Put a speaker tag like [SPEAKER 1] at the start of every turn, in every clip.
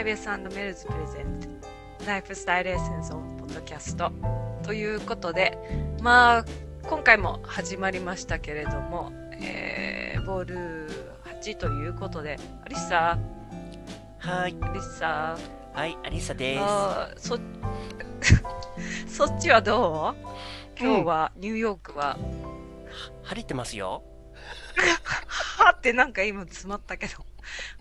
[SPEAKER 1] イベースメルズプレゼントライフスタイルエッセンスオンポッドキャストということでまあ今回も始まりましたけれども、えー、ボール8ということでアリッサ
[SPEAKER 2] はい、
[SPEAKER 1] アリッサ
[SPEAKER 2] はい、アリサです。
[SPEAKER 1] あーそ そっちはどう今日はニューヨークは、
[SPEAKER 2] 晴れてますよ。
[SPEAKER 1] はーってなんか今詰まったけど。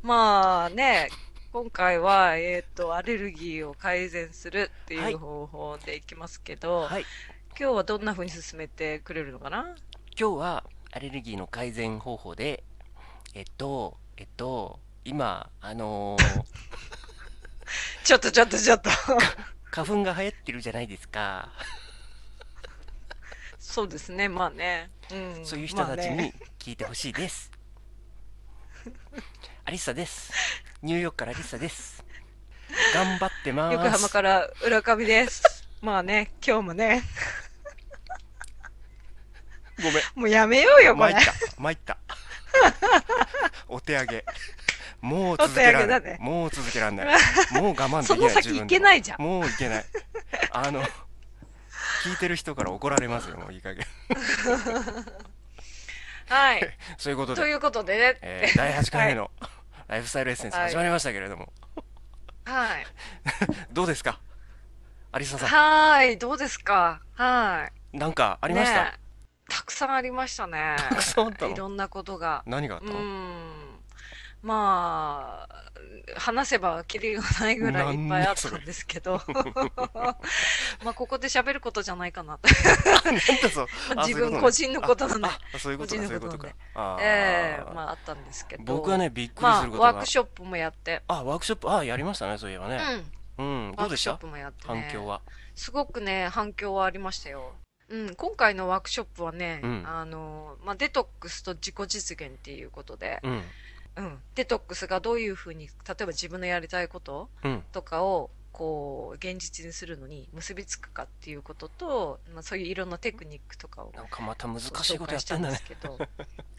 [SPEAKER 1] まあね、今回は、えっ、と、アレルギーを改善するって
[SPEAKER 2] はいいう
[SPEAKER 1] 方法でいきますけど、
[SPEAKER 2] はい、
[SPEAKER 1] 今日はどんな風に進めてくれるのかな
[SPEAKER 2] 今日はアレルギーの改善方法で、えっと、えっと、今、あのー
[SPEAKER 1] ちょっとちょっとちょっと。
[SPEAKER 2] 花粉が流行ってるじゃないですか。
[SPEAKER 1] そうですね、まあね。うん。
[SPEAKER 2] そういう人たち
[SPEAKER 1] まあね
[SPEAKER 2] に聞いてほしいです。アリサです。ニューヨークからアリサです。頑張ってま
[SPEAKER 1] 横
[SPEAKER 2] ー
[SPEAKER 1] 浜
[SPEAKER 2] す。
[SPEAKER 1] から浦上 です。まあね、今日もね。
[SPEAKER 2] ごめん。
[SPEAKER 1] もうやめようよ、こ
[SPEAKER 2] 参
[SPEAKER 1] れ
[SPEAKER 2] っ。た参ったお手上げもう続けら
[SPEAKER 1] お
[SPEAKER 2] ん
[SPEAKER 1] 手上げ
[SPEAKER 2] な
[SPEAKER 1] だね
[SPEAKER 2] い、もう続け らんないもう我慢できない
[SPEAKER 1] その先行け
[SPEAKER 2] い
[SPEAKER 1] ないじゃん。
[SPEAKER 2] もういけないあの聞いてる人から怒られますよもういい加減
[SPEAKER 1] はい。
[SPEAKER 2] そういうこと
[SPEAKER 1] と
[SPEAKER 2] で、
[SPEAKER 1] いうことでね。
[SPEAKER 2] えー第8回目のライフスタイルエッセンス
[SPEAKER 1] はい
[SPEAKER 2] 始まりましたけれども、
[SPEAKER 1] はい。
[SPEAKER 2] どうですかアリサさ
[SPEAKER 1] はーい、どうですかはい。
[SPEAKER 2] んなんかあ
[SPEAKER 1] あ
[SPEAKER 2] りました、
[SPEAKER 1] たくさんありましたね。
[SPEAKER 2] たくさんあった
[SPEAKER 1] いろ
[SPEAKER 2] の
[SPEAKER 1] んなことが。
[SPEAKER 2] 何があっ
[SPEAKER 1] う
[SPEAKER 2] たの、
[SPEAKER 1] ん。まあ、話せばキリがないぐらいいっぱいあったんですけど。 まあ、ここで喋ることじゃないかなと。
[SPEAKER 2] なんだそうあ
[SPEAKER 1] 自
[SPEAKER 2] そう
[SPEAKER 1] 分
[SPEAKER 2] いうことね
[SPEAKER 1] 個人のことなので。
[SPEAKER 2] あそういうことか
[SPEAKER 1] 個
[SPEAKER 2] そう
[SPEAKER 1] 人
[SPEAKER 2] いう
[SPEAKER 1] の
[SPEAKER 2] こ
[SPEAKER 1] ことと
[SPEAKER 2] か
[SPEAKER 1] なんで
[SPEAKER 2] あー
[SPEAKER 1] ええまあ、あったんですけど。
[SPEAKER 2] 僕はねびっくり
[SPEAKER 1] ますあ、
[SPEAKER 2] ることが、
[SPEAKER 1] ワークショップもやって。
[SPEAKER 2] あ、ワークショップ、あ、やりましたね、そういえば
[SPEAKER 1] う
[SPEAKER 2] ね。
[SPEAKER 1] ん。
[SPEAKER 2] うん、
[SPEAKER 1] ワ
[SPEAKER 2] どう
[SPEAKER 1] ー
[SPEAKER 2] で
[SPEAKER 1] ク
[SPEAKER 2] し
[SPEAKER 1] ショッ
[SPEAKER 2] た
[SPEAKER 1] プもやって
[SPEAKER 2] 反
[SPEAKER 1] ね。
[SPEAKER 2] 響は。
[SPEAKER 1] すごくね、反響はありましたよ。うん、今回のワークショップはね、
[SPEAKER 2] うん
[SPEAKER 1] あの、まあ、デトックスと自己実現っていうことで、
[SPEAKER 2] うん、
[SPEAKER 1] うん、デトックスがどういうふうに、例えば自分のやりたいこと
[SPEAKER 2] うん、
[SPEAKER 1] とかを、こう、現実にするのに結びつくかっていうことと、まあ、そういういろんなテクニックとかを
[SPEAKER 2] なんかまた難
[SPEAKER 1] ご
[SPEAKER 2] しい
[SPEAKER 1] 紹
[SPEAKER 2] ことや
[SPEAKER 1] 介したん
[SPEAKER 2] ってん
[SPEAKER 1] で
[SPEAKER 2] だね
[SPEAKER 1] す、けど、
[SPEAKER 2] 本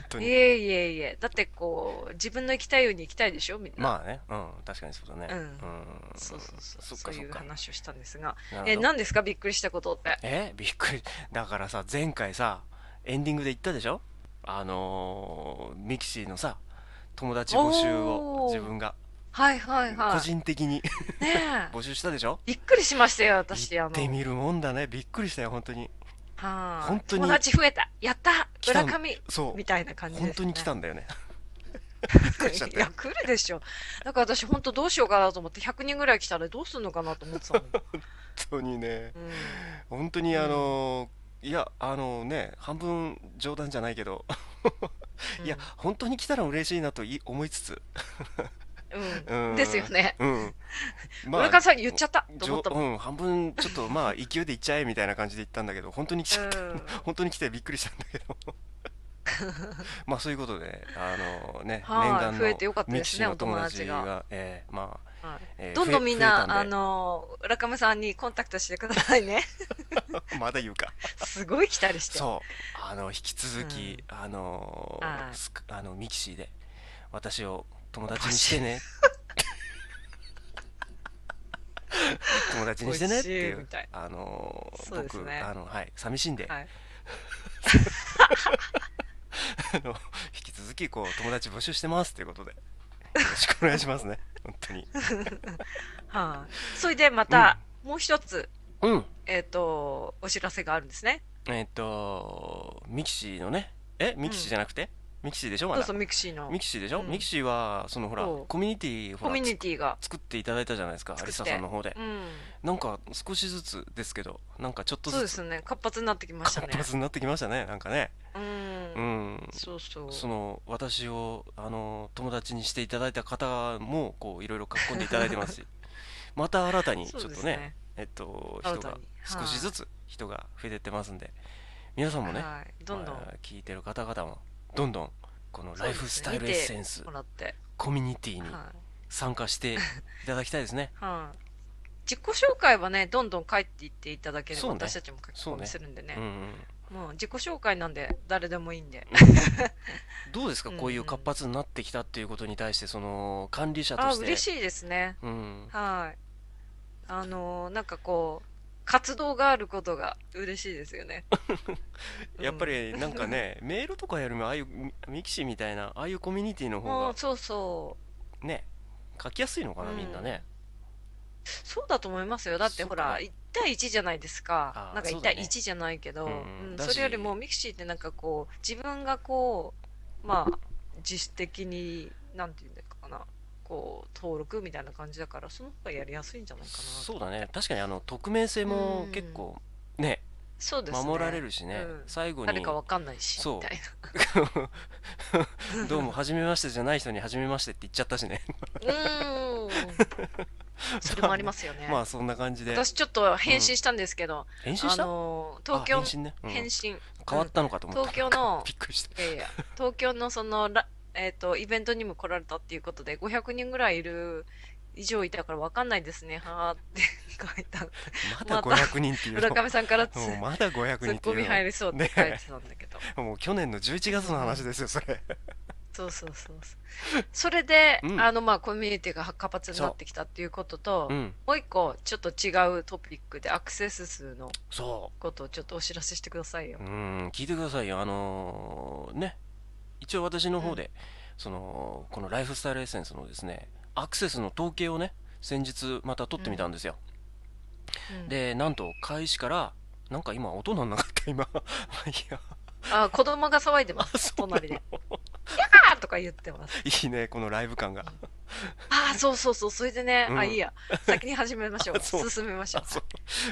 [SPEAKER 2] 当
[SPEAKER 1] い
[SPEAKER 2] に。
[SPEAKER 1] えいえいえ、だってこう、自分の行きたいように行きたいでしょ、みんな。
[SPEAKER 2] まあね、うん、確かにそうだね。
[SPEAKER 1] うん
[SPEAKER 2] ん
[SPEAKER 1] そうそうそう、
[SPEAKER 2] そっ
[SPEAKER 1] そ
[SPEAKER 2] か
[SPEAKER 1] う
[SPEAKER 2] そ
[SPEAKER 1] い
[SPEAKER 2] っ
[SPEAKER 1] う
[SPEAKER 2] か。
[SPEAKER 1] 話をしたんですが、
[SPEAKER 2] なるほど
[SPEAKER 1] え、何ですか、びっくりしたことって。
[SPEAKER 2] え、びっくり。だからさ、前回さ、エンディングで言ったでしょあのー、ミキシーのさ、友達募集
[SPEAKER 1] お
[SPEAKER 2] を
[SPEAKER 1] ー
[SPEAKER 2] 自分が
[SPEAKER 1] はいはいはい。
[SPEAKER 2] 個人的に
[SPEAKER 1] ねえ。
[SPEAKER 2] 募集したでしょ
[SPEAKER 1] びっくりしましたよ、私。
[SPEAKER 2] 行
[SPEAKER 1] あ
[SPEAKER 2] っ
[SPEAKER 1] の、
[SPEAKER 2] てみるもんだね。びっくりしたよ、本当に。
[SPEAKER 1] はい
[SPEAKER 2] 本当に
[SPEAKER 1] 友達増えたやった
[SPEAKER 2] 来た
[SPEAKER 1] 村
[SPEAKER 2] ん
[SPEAKER 1] 上
[SPEAKER 2] そ
[SPEAKER 1] みたいな感
[SPEAKER 2] う、
[SPEAKER 1] じです、ね。
[SPEAKER 2] 本当に来たんだ よね。びっくりしちゃっ
[SPEAKER 1] い
[SPEAKER 2] たよ
[SPEAKER 1] や、。来るでしょ。だから私、本当どうしようかなと思って、100人ぐらい来たらどうするのかなと思ってたもん。
[SPEAKER 2] 本当にね。
[SPEAKER 1] うん、
[SPEAKER 2] 本当にあのーいやあのね半分冗談じゃないけど、
[SPEAKER 1] うん
[SPEAKER 2] いや、本当に来たら嬉しいなとい思いつつ
[SPEAKER 1] うん。
[SPEAKER 2] うん
[SPEAKER 1] ですよね。
[SPEAKER 2] うんま
[SPEAKER 1] 村上さん言っちゃったと思った
[SPEAKER 2] じ
[SPEAKER 1] もん。
[SPEAKER 2] ょうん半分ちょっとまあ勢いで行っちゃえみたいな感じで行ったんだけど本当に来ちゃった、
[SPEAKER 1] うん
[SPEAKER 2] 本当に来てびっくりしたんだけ どまあそういうことであのね
[SPEAKER 1] はい
[SPEAKER 2] 念願の
[SPEAKER 1] 増えてよかった
[SPEAKER 2] ミ
[SPEAKER 1] で
[SPEAKER 2] キ
[SPEAKER 1] す
[SPEAKER 2] シ
[SPEAKER 1] ね
[SPEAKER 2] ーの友達
[SPEAKER 1] お友達
[SPEAKER 2] がえーまあ
[SPEAKER 1] はい
[SPEAKER 2] えー
[SPEAKER 1] どんどんみん
[SPEAKER 2] 増え増え
[SPEAKER 1] な、
[SPEAKER 2] た
[SPEAKER 1] あ
[SPEAKER 2] んで
[SPEAKER 1] の、浦上さんにコンタクトしてくださいね。
[SPEAKER 2] まだ言うか
[SPEAKER 1] すごい来たりして。
[SPEAKER 2] そうあの引き続き、あのー
[SPEAKER 1] はい
[SPEAKER 2] すくあのミキシーで私を友達にしてね 友達にしてねってい
[SPEAKER 1] 美味しいみ
[SPEAKER 2] う
[SPEAKER 1] たい
[SPEAKER 2] あのー
[SPEAKER 1] そうです
[SPEAKER 2] 僕、
[SPEAKER 1] ね
[SPEAKER 2] あのはい寂しいんで、
[SPEAKER 1] はい。
[SPEAKER 2] あの引き続きこう友達募集してますということでよろしくお願いしま すね本当に
[SPEAKER 1] はい。それでまた、もう一つ、
[SPEAKER 2] うん
[SPEAKER 1] えっ、と、お知らせがあるんですね。
[SPEAKER 2] えっ、とミキシーのねえミキシーじゃなくて、ミキシーでしょま
[SPEAKER 1] そう
[SPEAKER 2] だ
[SPEAKER 1] そう、ミクシーの
[SPEAKER 2] ミキシーでしょ、
[SPEAKER 1] うん
[SPEAKER 2] ミキシーはそのほら
[SPEAKER 1] そう
[SPEAKER 2] コミュニティほ
[SPEAKER 1] コ
[SPEAKER 2] ら
[SPEAKER 1] ミュニティが。
[SPEAKER 2] 作っていただいたじゃないですか、ア
[SPEAKER 1] 作
[SPEAKER 2] リ
[SPEAKER 1] って
[SPEAKER 2] サさんの方で
[SPEAKER 1] う。ん。
[SPEAKER 2] なんか少しずつですけど、なんかちょっと
[SPEAKER 1] そう
[SPEAKER 2] ず
[SPEAKER 1] で
[SPEAKER 2] つ
[SPEAKER 1] すね。活発になってきました
[SPEAKER 2] 活
[SPEAKER 1] ね。
[SPEAKER 2] 発になってきましたね、なんかね。
[SPEAKER 1] う。
[SPEAKER 2] うんん。
[SPEAKER 1] そうそう。
[SPEAKER 2] その私をあの友達にしていただいた方もこういろいろ囲んでいただいてま すし、また新たにちょっ
[SPEAKER 1] そ
[SPEAKER 2] と
[SPEAKER 1] うで
[SPEAKER 2] ね
[SPEAKER 1] す、
[SPEAKER 2] えっと
[SPEAKER 1] 新
[SPEAKER 2] 人
[SPEAKER 1] た
[SPEAKER 2] が
[SPEAKER 1] に
[SPEAKER 2] 少しずつ人が増えてってますんで、皆さんもね、
[SPEAKER 1] はい。どんどん
[SPEAKER 2] まあ聞いてる方々もどんどんこのライフスタイルエッセンス
[SPEAKER 1] もらって。
[SPEAKER 2] コミュニティに
[SPEAKER 1] はい。
[SPEAKER 2] 参加していただきたいで すね。
[SPEAKER 1] はい。自己紹介はね、どんどん書いていっていただけれ
[SPEAKER 2] そ
[SPEAKER 1] ば、
[SPEAKER 2] うね
[SPEAKER 1] 私たちも書き
[SPEAKER 2] そう
[SPEAKER 1] 込
[SPEAKER 2] ね
[SPEAKER 1] みするんで
[SPEAKER 2] うん
[SPEAKER 1] ね。
[SPEAKER 2] うん
[SPEAKER 1] うもう自己紹介なんで誰でもいいんで。
[SPEAKER 2] どうですか
[SPEAKER 1] うん
[SPEAKER 2] こういう活発になってきたっていうことに対してその管理者と
[SPEAKER 1] あ、
[SPEAKER 2] して
[SPEAKER 1] 嬉しいですね。
[SPEAKER 2] うん。
[SPEAKER 1] はい。あのーなんかこう、活動があることが嬉しいですよね
[SPEAKER 2] やっぱりなん かねメールとかよりもああいうミミキシーみたいなああいうコミュニティの
[SPEAKER 1] うん、
[SPEAKER 2] 方
[SPEAKER 1] も
[SPEAKER 2] が
[SPEAKER 1] うそうそう。
[SPEAKER 2] ね書きやすいのかな
[SPEAKER 1] うん
[SPEAKER 2] みんなね
[SPEAKER 1] そうだと思いますよ。だってほら、
[SPEAKER 2] そ
[SPEAKER 1] 1対1じゃないですか
[SPEAKER 2] あ。ー
[SPEAKER 1] なんか
[SPEAKER 2] そ
[SPEAKER 1] 1
[SPEAKER 2] うだね
[SPEAKER 1] 対1じゃないけど、
[SPEAKER 2] うん
[SPEAKER 1] うん
[SPEAKER 2] だし
[SPEAKER 1] それよりもミクシーってなんかこう、自分がこう、まあ、自主的に、なんていうんだかな、こう、登録みたいな感じだから、その方がやりやすいんじゃないかな。
[SPEAKER 2] そうだね確かにあの匿名性も結構ね
[SPEAKER 1] そうですね。
[SPEAKER 2] 守られるし
[SPEAKER 1] う
[SPEAKER 2] ね
[SPEAKER 1] ん
[SPEAKER 2] 最後
[SPEAKER 1] 誰
[SPEAKER 2] に
[SPEAKER 1] かわかんないし、
[SPEAKER 2] そう
[SPEAKER 1] みたい
[SPEAKER 2] どうも初めましてじゃない人に初めましてって言っちゃったしね
[SPEAKER 1] な。うーん。それもありますよね。
[SPEAKER 2] まあそんな感じで
[SPEAKER 1] 私ちょっと返信したんですけど、
[SPEAKER 2] 返信
[SPEAKER 1] あ
[SPEAKER 2] した
[SPEAKER 1] のー、
[SPEAKER 2] あ
[SPEAKER 1] 東京
[SPEAKER 2] 返信ねうん
[SPEAKER 1] 返信。
[SPEAKER 2] 変わったのかと思った
[SPEAKER 1] 東京の
[SPEAKER 2] びっくりした
[SPEAKER 1] いやいや、東京のそのら、えっとイベントにも来られたっていうことで、500人ぐらいいる以上いたから分かんないですね、はーって書いた。
[SPEAKER 2] まだ
[SPEAKER 1] また
[SPEAKER 2] 500人っていうの
[SPEAKER 1] 村上さんからつ
[SPEAKER 2] もうまだ500
[SPEAKER 1] ツ
[SPEAKER 2] 人っ
[SPEAKER 1] ッ
[SPEAKER 2] て
[SPEAKER 1] コミ
[SPEAKER 2] い
[SPEAKER 1] 入
[SPEAKER 2] う
[SPEAKER 1] りそうって書いてたんだけど。
[SPEAKER 2] のもう去年の11月の話ですよそれ
[SPEAKER 1] そうそうそうそう。それで、
[SPEAKER 2] うん
[SPEAKER 1] あの、まあ、コミュニティが活発になってきたっていうことと、
[SPEAKER 2] うん
[SPEAKER 1] もう一個、ちょっと違うトピックでアクセス数の
[SPEAKER 2] そう
[SPEAKER 1] ことをちょっとお知らせしてくださいよ
[SPEAKER 2] う。ん、聞いてくださいよ。あのーね、一応私の方で、その、このライフスタイルエッセンスのですね、アクセスの統計をね、先日また取ってみたんですよ。
[SPEAKER 1] うん
[SPEAKER 2] で、なんと開始から、なんか今音なんなかった今。 まあいいや、
[SPEAKER 1] あ、子供が騒いでます。
[SPEAKER 2] あ、そうなの
[SPEAKER 1] 隣であーとか言ってます。
[SPEAKER 2] いいね、このライブ感が。
[SPEAKER 1] ああ、そうそうそう、それでね、
[SPEAKER 2] うん
[SPEAKER 1] あ、いいや、先に始めましょう。
[SPEAKER 2] あそう
[SPEAKER 1] 進めましょ
[SPEAKER 2] あ、そ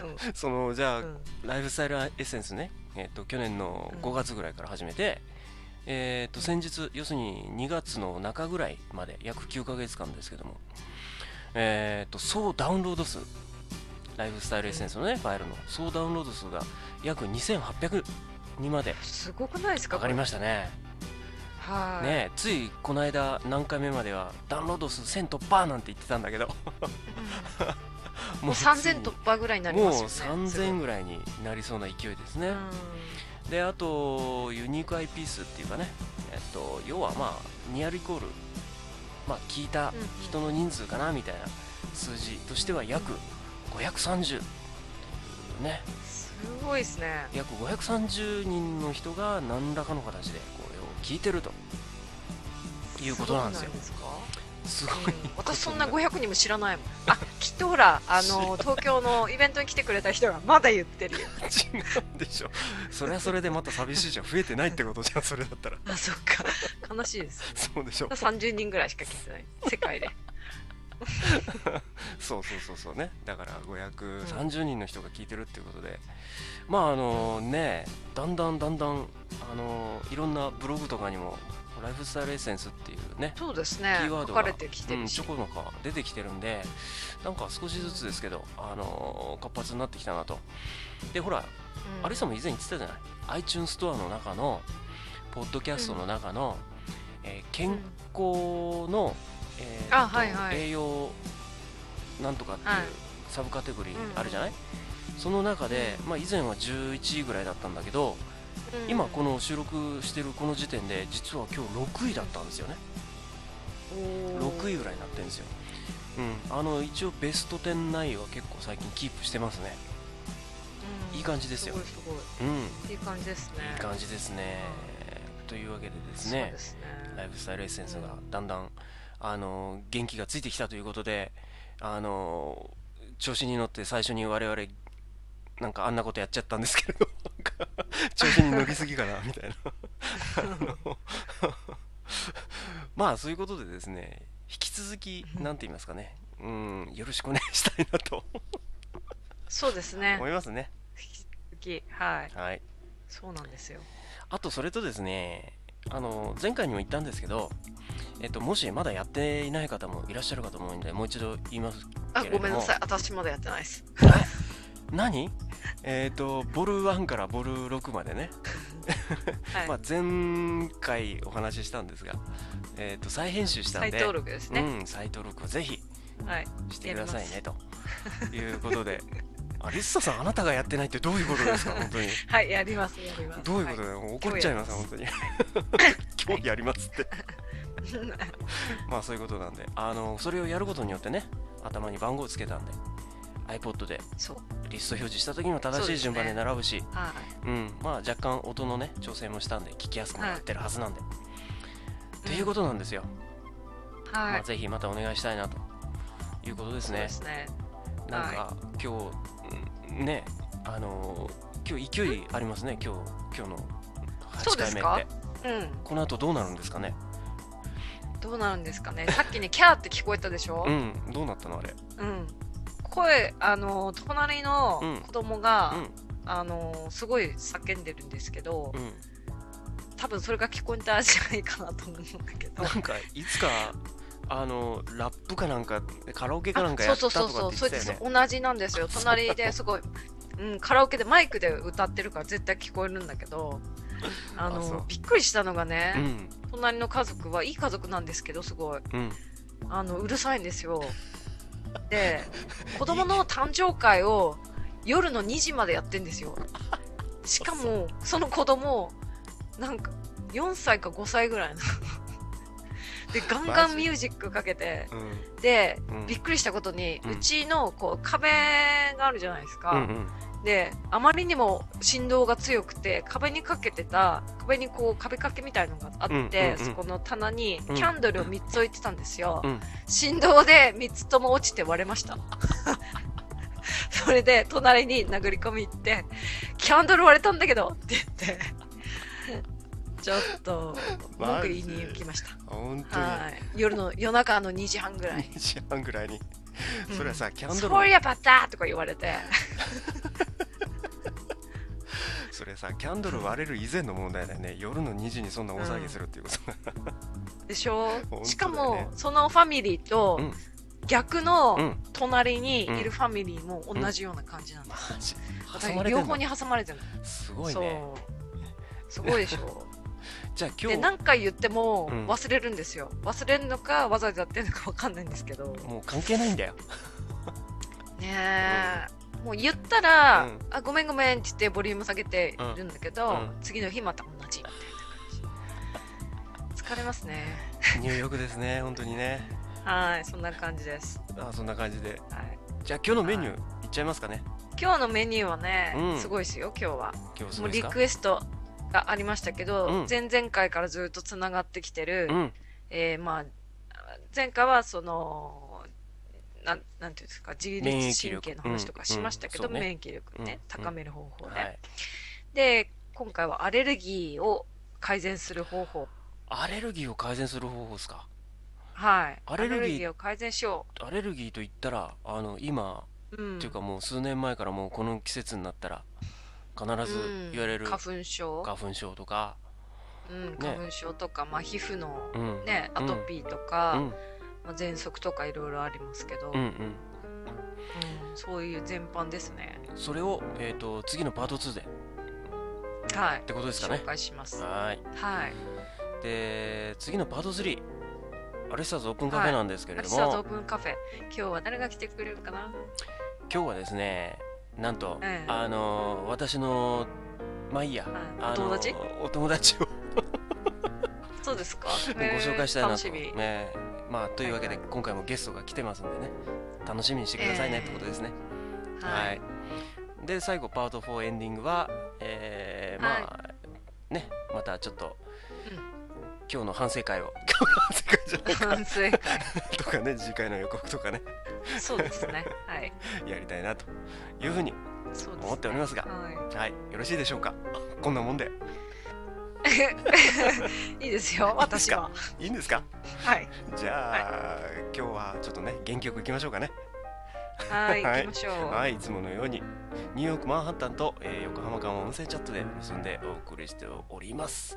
[SPEAKER 2] う。
[SPEAKER 1] う。うん
[SPEAKER 2] その、じゃあ、
[SPEAKER 1] うん
[SPEAKER 2] ライフスタイルエッセンスね、えっと、去年の
[SPEAKER 1] うん
[SPEAKER 2] 5月ぐらいから始めて、えっと、先日、要するに2月の中ぐらいまで、約9ヶ月間ですけども、えっと、総ダウンロード数、ライフスタイルエッセンスのね、ファイルの総ダウンロード数が約2800にまです
[SPEAKER 1] ごくないですか
[SPEAKER 2] 上がりましたね。
[SPEAKER 1] た。はい。
[SPEAKER 2] ねついこの間、何回目までは、ダウンロード数1000突破なんて言ってたんだけど、
[SPEAKER 1] うん
[SPEAKER 2] も
[SPEAKER 1] もう3000突破ぐらいになり
[SPEAKER 2] もう
[SPEAKER 1] ますよね。
[SPEAKER 2] 3000ぐらいになりそうな勢いですね。であとユニーク IP 数っていうかね、えっと、要はまあニアルイコール、まあ、聞いた人の人数かなみたいな数字としては約530ね
[SPEAKER 1] すごい。すごいですね。
[SPEAKER 2] 約530人の人が何らかの形でこれを聞いてるということなんですよ
[SPEAKER 1] すごくないですか
[SPEAKER 2] すごい
[SPEAKER 1] うん
[SPEAKER 2] こと
[SPEAKER 1] 私そんな
[SPEAKER 2] にる
[SPEAKER 1] 500人も知らないもん。あ、きっとほ ら、あの、東京のイベントに来てくれた人がまだ言って るよ。
[SPEAKER 2] 違うんでしょそれはそれでまた寂しいじゃん増えてないってことじゃんそれだったら
[SPEAKER 1] あ、そっか。悲しいです。
[SPEAKER 2] そうでしょ
[SPEAKER 1] 30人ぐらいしか聞いてない。世界で。
[SPEAKER 2] そうそうそうそうねだから530人の人が聞いてるっていうことで、まああのねだんだんだんだんあのいろんなブログとかにもライフスタイルエッセンスっていうね、
[SPEAKER 1] そうですね。
[SPEAKER 2] キーワー
[SPEAKER 1] 書
[SPEAKER 2] ド
[SPEAKER 1] か
[SPEAKER 2] が
[SPEAKER 1] れてきて
[SPEAKER 2] うん、
[SPEAKER 1] る
[SPEAKER 2] ち
[SPEAKER 1] し
[SPEAKER 2] ょ。このか出てきてるんでなんか少しずつですけど、あの活発になってきたなとでほら
[SPEAKER 1] うん
[SPEAKER 2] アリさんも以前言ってたじゃない iTunes ストアの中のポッドキャストの中の、えー健
[SPEAKER 1] うん
[SPEAKER 2] 康の、えー
[SPEAKER 1] あはいはい
[SPEAKER 2] 栄養なんとかっていう
[SPEAKER 1] はい
[SPEAKER 2] サブカテゴリー
[SPEAKER 1] うん
[SPEAKER 2] あるじゃない、その中で、まあ、以前は11位ぐらいだったんだけど、今この収録してるこの時点で実は今日6位だったんですよね6位ぐらいになってるんですよ、うん、あの一応ベスト10内容は結構最近キープしてますねいい感じですよ
[SPEAKER 1] すごいすご
[SPEAKER 2] うん
[SPEAKER 1] いいい感じですね
[SPEAKER 2] いい感じですねというわけでです
[SPEAKER 1] そう
[SPEAKER 2] ね
[SPEAKER 1] です
[SPEAKER 2] ライ
[SPEAKER 1] ね
[SPEAKER 2] フスタイルエッセンスがだんだん、あの元気がついてきたということであの調子に乗って最初に我々なんかあんなことやっちゃったんですけれど なんか調子に乗りすぎかなみたいなあのまあそういうことでですね引き続きなんて言いますかねうんよろしくお願いしたいなと
[SPEAKER 1] そうですね
[SPEAKER 2] 思いますね
[SPEAKER 1] 引き続きはい
[SPEAKER 2] はい
[SPEAKER 1] そうなんですよ
[SPEAKER 2] あとそれとですねあの前回にも言ったんですけど、えっと、もしまだやっていない方もいらっしゃるかと思うんでもう一度言います
[SPEAKER 1] あ
[SPEAKER 2] けれども
[SPEAKER 1] ごめんなさい私まだやってないです
[SPEAKER 2] 何えっ、とボル1からボル6までね、
[SPEAKER 1] はい
[SPEAKER 2] まあ、前回お話ししたんですが、えっと再編集したん
[SPEAKER 1] 再
[SPEAKER 2] で
[SPEAKER 1] 登録ですね
[SPEAKER 2] うん、再登録をぜひ
[SPEAKER 1] はい
[SPEAKER 2] してくださいねということでアリッサさんあなたがやってないってどういうことですか本当に
[SPEAKER 1] はい、やります、やります。
[SPEAKER 2] どういうことだよ、もう怒っちゃいます
[SPEAKER 1] 今
[SPEAKER 2] 本当に 今日やりますって
[SPEAKER 1] はい
[SPEAKER 2] まあそういうことなんであのそれをやることによってね頭に番号をつけたんで iPod で
[SPEAKER 1] そう。
[SPEAKER 2] リスト表示した時にも正しい順番で並ぶしう,、
[SPEAKER 1] は
[SPEAKER 2] んまあ若干音のね調整もしたんで聞きやすくなってるはずなんで、
[SPEAKER 1] い。
[SPEAKER 2] ということなんですよ、
[SPEAKER 1] と。は
[SPEAKER 2] ま
[SPEAKER 1] い
[SPEAKER 2] あ、。ぜひまたお願いしたいなということです
[SPEAKER 1] そう
[SPEAKER 2] ね
[SPEAKER 1] ですね。
[SPEAKER 2] なんか今日うんねあの今日勢いありますね今日今日の
[SPEAKER 1] そう
[SPEAKER 2] 8
[SPEAKER 1] で
[SPEAKER 2] 回
[SPEAKER 1] す
[SPEAKER 2] 目
[SPEAKER 1] か
[SPEAKER 2] って
[SPEAKER 1] うん。
[SPEAKER 2] この後どうなるんですかね
[SPEAKER 1] どうなるんですかね。さっきね、キャーって聞こえたでしょ
[SPEAKER 2] うんどうなったのあれ
[SPEAKER 1] うん。声、あの、隣の
[SPEAKER 2] うん
[SPEAKER 1] 子供が、
[SPEAKER 2] う
[SPEAKER 1] あの、すごい叫んでるんですけど、
[SPEAKER 2] んうん
[SPEAKER 1] 多分それが聞こえたんじゃないかなと思うんだけど。
[SPEAKER 2] なんかいつかあのラップかなんかカラオケかなんかやった
[SPEAKER 1] そ
[SPEAKER 2] と
[SPEAKER 1] うそう
[SPEAKER 2] か
[SPEAKER 1] そ
[SPEAKER 2] っ
[SPEAKER 1] うそ
[SPEAKER 2] て言
[SPEAKER 1] う
[SPEAKER 2] ってたよね
[SPEAKER 1] 同じなんですよ隣ですごい、うん、カラオケでマイクで歌ってるから絶対聞こえるんだけどあの
[SPEAKER 2] あそう
[SPEAKER 1] びっくりしたのが
[SPEAKER 2] う
[SPEAKER 1] ね、
[SPEAKER 2] ん
[SPEAKER 1] 隣の家族はいい家族なんですけどすごい
[SPEAKER 2] うん
[SPEAKER 1] あのうるさいんですよで子供の誕生会を夜の2時までやってんですよしかもその子供なんか4歳か5歳ぐらいのでガンガンミュージックかけて
[SPEAKER 2] うん
[SPEAKER 1] で
[SPEAKER 2] うん
[SPEAKER 1] びっくりしたことに、
[SPEAKER 2] う
[SPEAKER 1] うんちのこう壁があるじゃないですか、
[SPEAKER 2] うん
[SPEAKER 1] であまりにも振動が強くて壁にかけてた壁にこう壁掛けみたいのがあって、
[SPEAKER 2] うんうんうん
[SPEAKER 1] そこの棚にキ
[SPEAKER 2] うん
[SPEAKER 1] ャンドルを3つ置いてたんですよ、
[SPEAKER 2] うん
[SPEAKER 1] 振動で3つとも落ちて割れました それで隣に殴り込み行って「キャンドル割れたんだけど」って言ってちょっと文句言いに行きました
[SPEAKER 2] 本当
[SPEAKER 1] はい夜の夜中の2時半ぐらい
[SPEAKER 2] に2時半ぐらいに
[SPEAKER 1] うん
[SPEAKER 2] それはさキャンドル
[SPEAKER 1] そう
[SPEAKER 2] の
[SPEAKER 1] いえばだとか言われて、
[SPEAKER 2] それさキャンドル割れる以前の問題だよね夜の2時にそんな大騒ぎするっていうことが
[SPEAKER 1] でしょ
[SPEAKER 2] 当だよね
[SPEAKER 1] しかも、そのファミリーと
[SPEAKER 2] うん、
[SPEAKER 1] 逆
[SPEAKER 2] う
[SPEAKER 1] の
[SPEAKER 2] ん
[SPEAKER 1] 隣にいるファミリーも同じような感じなんだ。
[SPEAKER 2] マジ
[SPEAKER 1] だ
[SPEAKER 2] 挟
[SPEAKER 1] か
[SPEAKER 2] ま
[SPEAKER 1] ら
[SPEAKER 2] れて
[SPEAKER 1] 両
[SPEAKER 2] ん
[SPEAKER 1] 方
[SPEAKER 2] だ
[SPEAKER 1] に挟まれてるの。
[SPEAKER 2] すごい
[SPEAKER 1] そ
[SPEAKER 2] ね
[SPEAKER 1] う。すごいでし ょ。
[SPEAKER 2] じゃあ今
[SPEAKER 1] で、
[SPEAKER 2] 日
[SPEAKER 1] 何回言っても
[SPEAKER 2] うん
[SPEAKER 1] 忘れるんですよ。忘れるのか、わざわざやってるのかわかんないんですけど。
[SPEAKER 2] もう関係ないんだよ
[SPEAKER 1] ねえ。もう言ったら、
[SPEAKER 2] うん
[SPEAKER 1] あ、ごめんごめんって言ってボリューム下げてるんだけど、
[SPEAKER 2] うんうん
[SPEAKER 1] 次の日また同じみたいな感じ。疲れますね。
[SPEAKER 2] 入浴ですね本当にね
[SPEAKER 1] はい、そんな感じです。
[SPEAKER 2] あそんな感じで
[SPEAKER 1] はい。
[SPEAKER 2] じゃあ今日のメニューいっちゃいますかね
[SPEAKER 1] 今日のメニューはね、
[SPEAKER 2] うん
[SPEAKER 1] すごいですよ今日は
[SPEAKER 2] 今日
[SPEAKER 1] も
[SPEAKER 2] そううです
[SPEAKER 1] リ
[SPEAKER 2] か
[SPEAKER 1] クエストがありましたけど、
[SPEAKER 2] うん
[SPEAKER 1] 前々回からずっとつながってきてる、
[SPEAKER 2] うん
[SPEAKER 1] えーまあ、前回はそのなんなんていうんですか自
[SPEAKER 2] 免
[SPEAKER 1] 律
[SPEAKER 2] 疫
[SPEAKER 1] 神
[SPEAKER 2] 力
[SPEAKER 1] 経の話とかしましたけど、
[SPEAKER 2] うんうんそうね
[SPEAKER 1] 免疫力ね、
[SPEAKER 2] うん
[SPEAKER 1] 高める方法で、
[SPEAKER 2] はい
[SPEAKER 1] で今回はアレルギーを改善する方法
[SPEAKER 2] アレルギーを改善する方法ですか
[SPEAKER 1] はい
[SPEAKER 2] アレルギー
[SPEAKER 1] を改善しよ
[SPEAKER 2] アレルギーと言ったらあの今、
[SPEAKER 1] う、うん、
[SPEAKER 2] っていうかもう数年前からもうこの季節になったら必ず言われる
[SPEAKER 1] うん花粉症、
[SPEAKER 2] 花粉症とか、
[SPEAKER 1] うん、花粉症とか、まあ、皮膚の、
[SPEAKER 2] うん
[SPEAKER 1] ね、アトピーとか、
[SPEAKER 2] うん
[SPEAKER 1] まあ、喘息とかいろいろありますけど、
[SPEAKER 2] うん
[SPEAKER 1] うん
[SPEAKER 2] うん
[SPEAKER 1] そういう全般ですね。
[SPEAKER 2] それを、えー、と次のパート2でっ
[SPEAKER 1] はい。
[SPEAKER 2] てことですかね
[SPEAKER 1] 紹介します。は
[SPEAKER 2] はい
[SPEAKER 1] い。
[SPEAKER 2] で次のパート3アレスターズオープンカフェなんですけ
[SPEAKER 1] ア
[SPEAKER 2] れ
[SPEAKER 1] リ
[SPEAKER 2] ど
[SPEAKER 1] ス
[SPEAKER 2] も、
[SPEAKER 1] はオープンカフェ。今日は誰が来てくれるか な。
[SPEAKER 2] 今日はですねなんと、
[SPEAKER 1] ええ
[SPEAKER 2] あの私のまあいいや、
[SPEAKER 1] いお
[SPEAKER 2] あの
[SPEAKER 1] 友達
[SPEAKER 2] お友達を
[SPEAKER 1] そうですか。
[SPEAKER 2] ご紹介したいな
[SPEAKER 1] えー
[SPEAKER 2] と、
[SPEAKER 1] 楽しみ。
[SPEAKER 2] ねまあ、というわけで、今回もゲストが来てますんでね楽しみにしてくださいね
[SPEAKER 1] え
[SPEAKER 2] っ
[SPEAKER 1] ー
[SPEAKER 2] てことですね、
[SPEAKER 1] は
[SPEAKER 2] はいい。で最後パート4エンディングは、えーまあ、ねまたちょっと、
[SPEAKER 1] うん
[SPEAKER 2] 今日の反省会を 今日の反省会じゃない
[SPEAKER 1] 反省会。
[SPEAKER 2] とか ね次回の予告とかね
[SPEAKER 1] そうですね。はい。
[SPEAKER 2] やりたいなというふうに
[SPEAKER 1] そうです、ね。
[SPEAKER 2] 思っておりますが、
[SPEAKER 1] は
[SPEAKER 2] はいよろしいでしょうかこんなもんで
[SPEAKER 1] い。いいですよ。私は。
[SPEAKER 2] いいんですか
[SPEAKER 1] はい。
[SPEAKER 2] じゃあ、今日はちょっとね原曲いきましょうかね
[SPEAKER 1] はい。
[SPEAKER 2] はい
[SPEAKER 1] 行きましょう。
[SPEAKER 2] はい、いつものようにニューヨークマンハッタンと、えー横浜間を音声チャットで結んでお送りしております。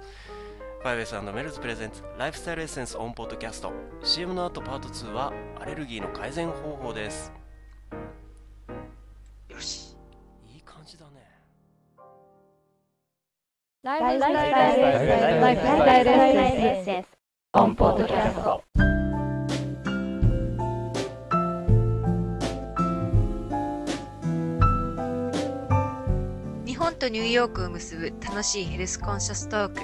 [SPEAKER 2] ファイブエスメルズプレゼンツライフスタイルエッセンスオンポッドキャスト CM の後パート2はアレルギーの改善方法です。
[SPEAKER 1] よし。
[SPEAKER 2] いい感じだね。
[SPEAKER 3] Life
[SPEAKER 4] Life
[SPEAKER 3] Lifestyle
[SPEAKER 4] Life
[SPEAKER 3] Lifestyle
[SPEAKER 4] Lifestyle on podcast.
[SPEAKER 1] とニューヨークを結ぶ楽しいヘルスコンシャストーク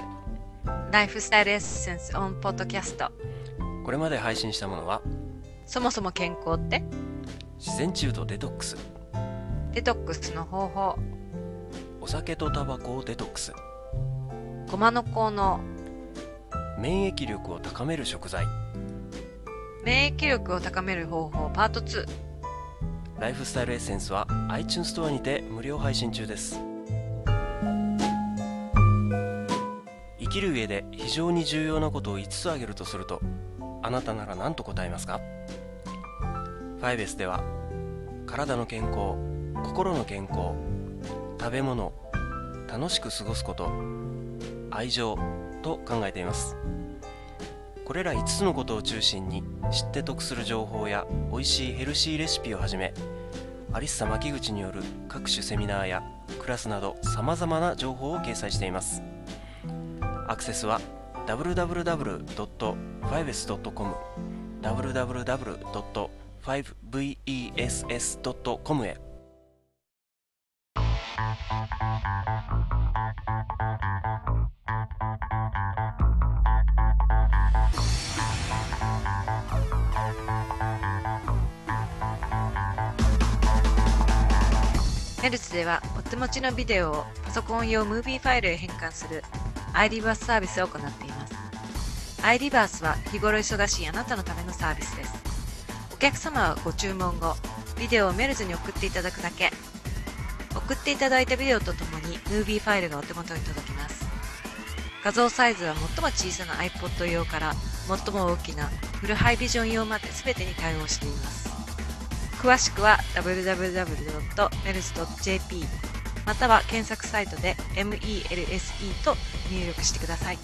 [SPEAKER 1] ライフスタイルエッセンスオンポッドキャスト
[SPEAKER 2] これまで配信したものは
[SPEAKER 1] そもそも健康って
[SPEAKER 2] 自然中とデトックス
[SPEAKER 1] デトックスの方法
[SPEAKER 2] お酒とタバコをデトックス
[SPEAKER 1] ごまの効能
[SPEAKER 2] 免疫力を高める食材
[SPEAKER 1] 免疫力を高める方法パート2
[SPEAKER 2] ライフスタイルエッセンスは iTunes ストアにて無料配信中です生きる上で非常に重要なことを5つ挙げるとするとあなたなら何と答えますかファイベスでは体の健康心の健康食べ物楽しく過ごすこと愛情と考えていますこれら5つのことを中心に知って得する情報や美味しいヘルシーレシピをはじめアリッサ牧口による各種セミナーやクラスなどさまざまな情報を掲載していますアクセスは www.5s.com www.5vess.com へ
[SPEAKER 1] ネルスではお手持ちのビデオをパソコン用ムービーファイルへ変換する iRiverse サービスを行っています iRiverse は日頃忙しいあなたのためのサービスですお客様はご注文後ビデオをメルズに送っていただくだけ送っていただいたビデオとともにムービーファイルがお手元に届きます画像サイズは最も小さな iPod 用から最も大きなフルハイビジョン用まで全てに対応しています詳しくは www.mels.jp または検索サイトで MELSE と入力してください